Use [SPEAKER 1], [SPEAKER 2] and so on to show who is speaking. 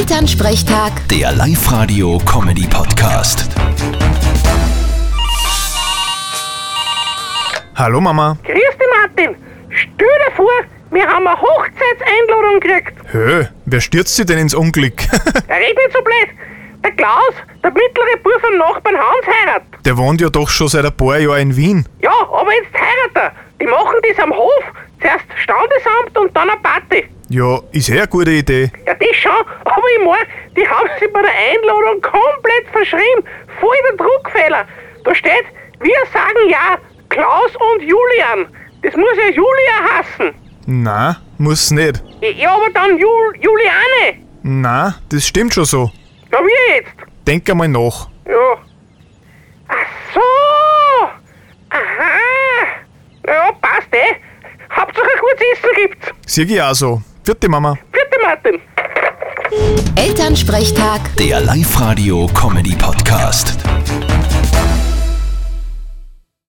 [SPEAKER 1] Elternsprechtag,
[SPEAKER 2] Der Live-Radio-Comedy-Podcast.
[SPEAKER 3] Hallo Mama.
[SPEAKER 4] Grüß dich, Martin. Stell dir vor, wir haben eine Hochzeitseinladung gekriegt.
[SPEAKER 3] Hö, wer stürzt sie denn ins Unglück?
[SPEAKER 4] Da red nicht so blöd. Der Klaus, der mittlere Bub vom Nachbarn Hans, heiratet.
[SPEAKER 3] Der wohnt ja doch schon seit ein paar Jahren in Wien.
[SPEAKER 4] Ja, aber jetzt heiratet er. Die machen das am Hof. Zuerst Standesamt und dann eine Party.
[SPEAKER 3] Ja, ist eh eine gute Idee.
[SPEAKER 4] Ja, das schon. Aber ich mein, die haben sich bei der Einladung komplett verschrieben. Voll der Druckfehler. Da steht, wir sagen ja, Klaus und Julian. Das muss ja Julia hassen.
[SPEAKER 3] Na, muss nicht.
[SPEAKER 4] Ja, aber dann Jul Juliane.
[SPEAKER 3] Na, das stimmt schon so.
[SPEAKER 4] Ja, wie jetzt?
[SPEAKER 3] Denk einmal nach.
[SPEAKER 4] Ja. Ach so! Aha! Na ja, passt eh. Hauptsache ein gutes Essen gibt's.
[SPEAKER 3] Sieh ich auch so. Vierte Mama.
[SPEAKER 4] Vierte Martin.
[SPEAKER 1] Elternsprechtag.
[SPEAKER 2] Der Live-Radio-Comedy-Podcast.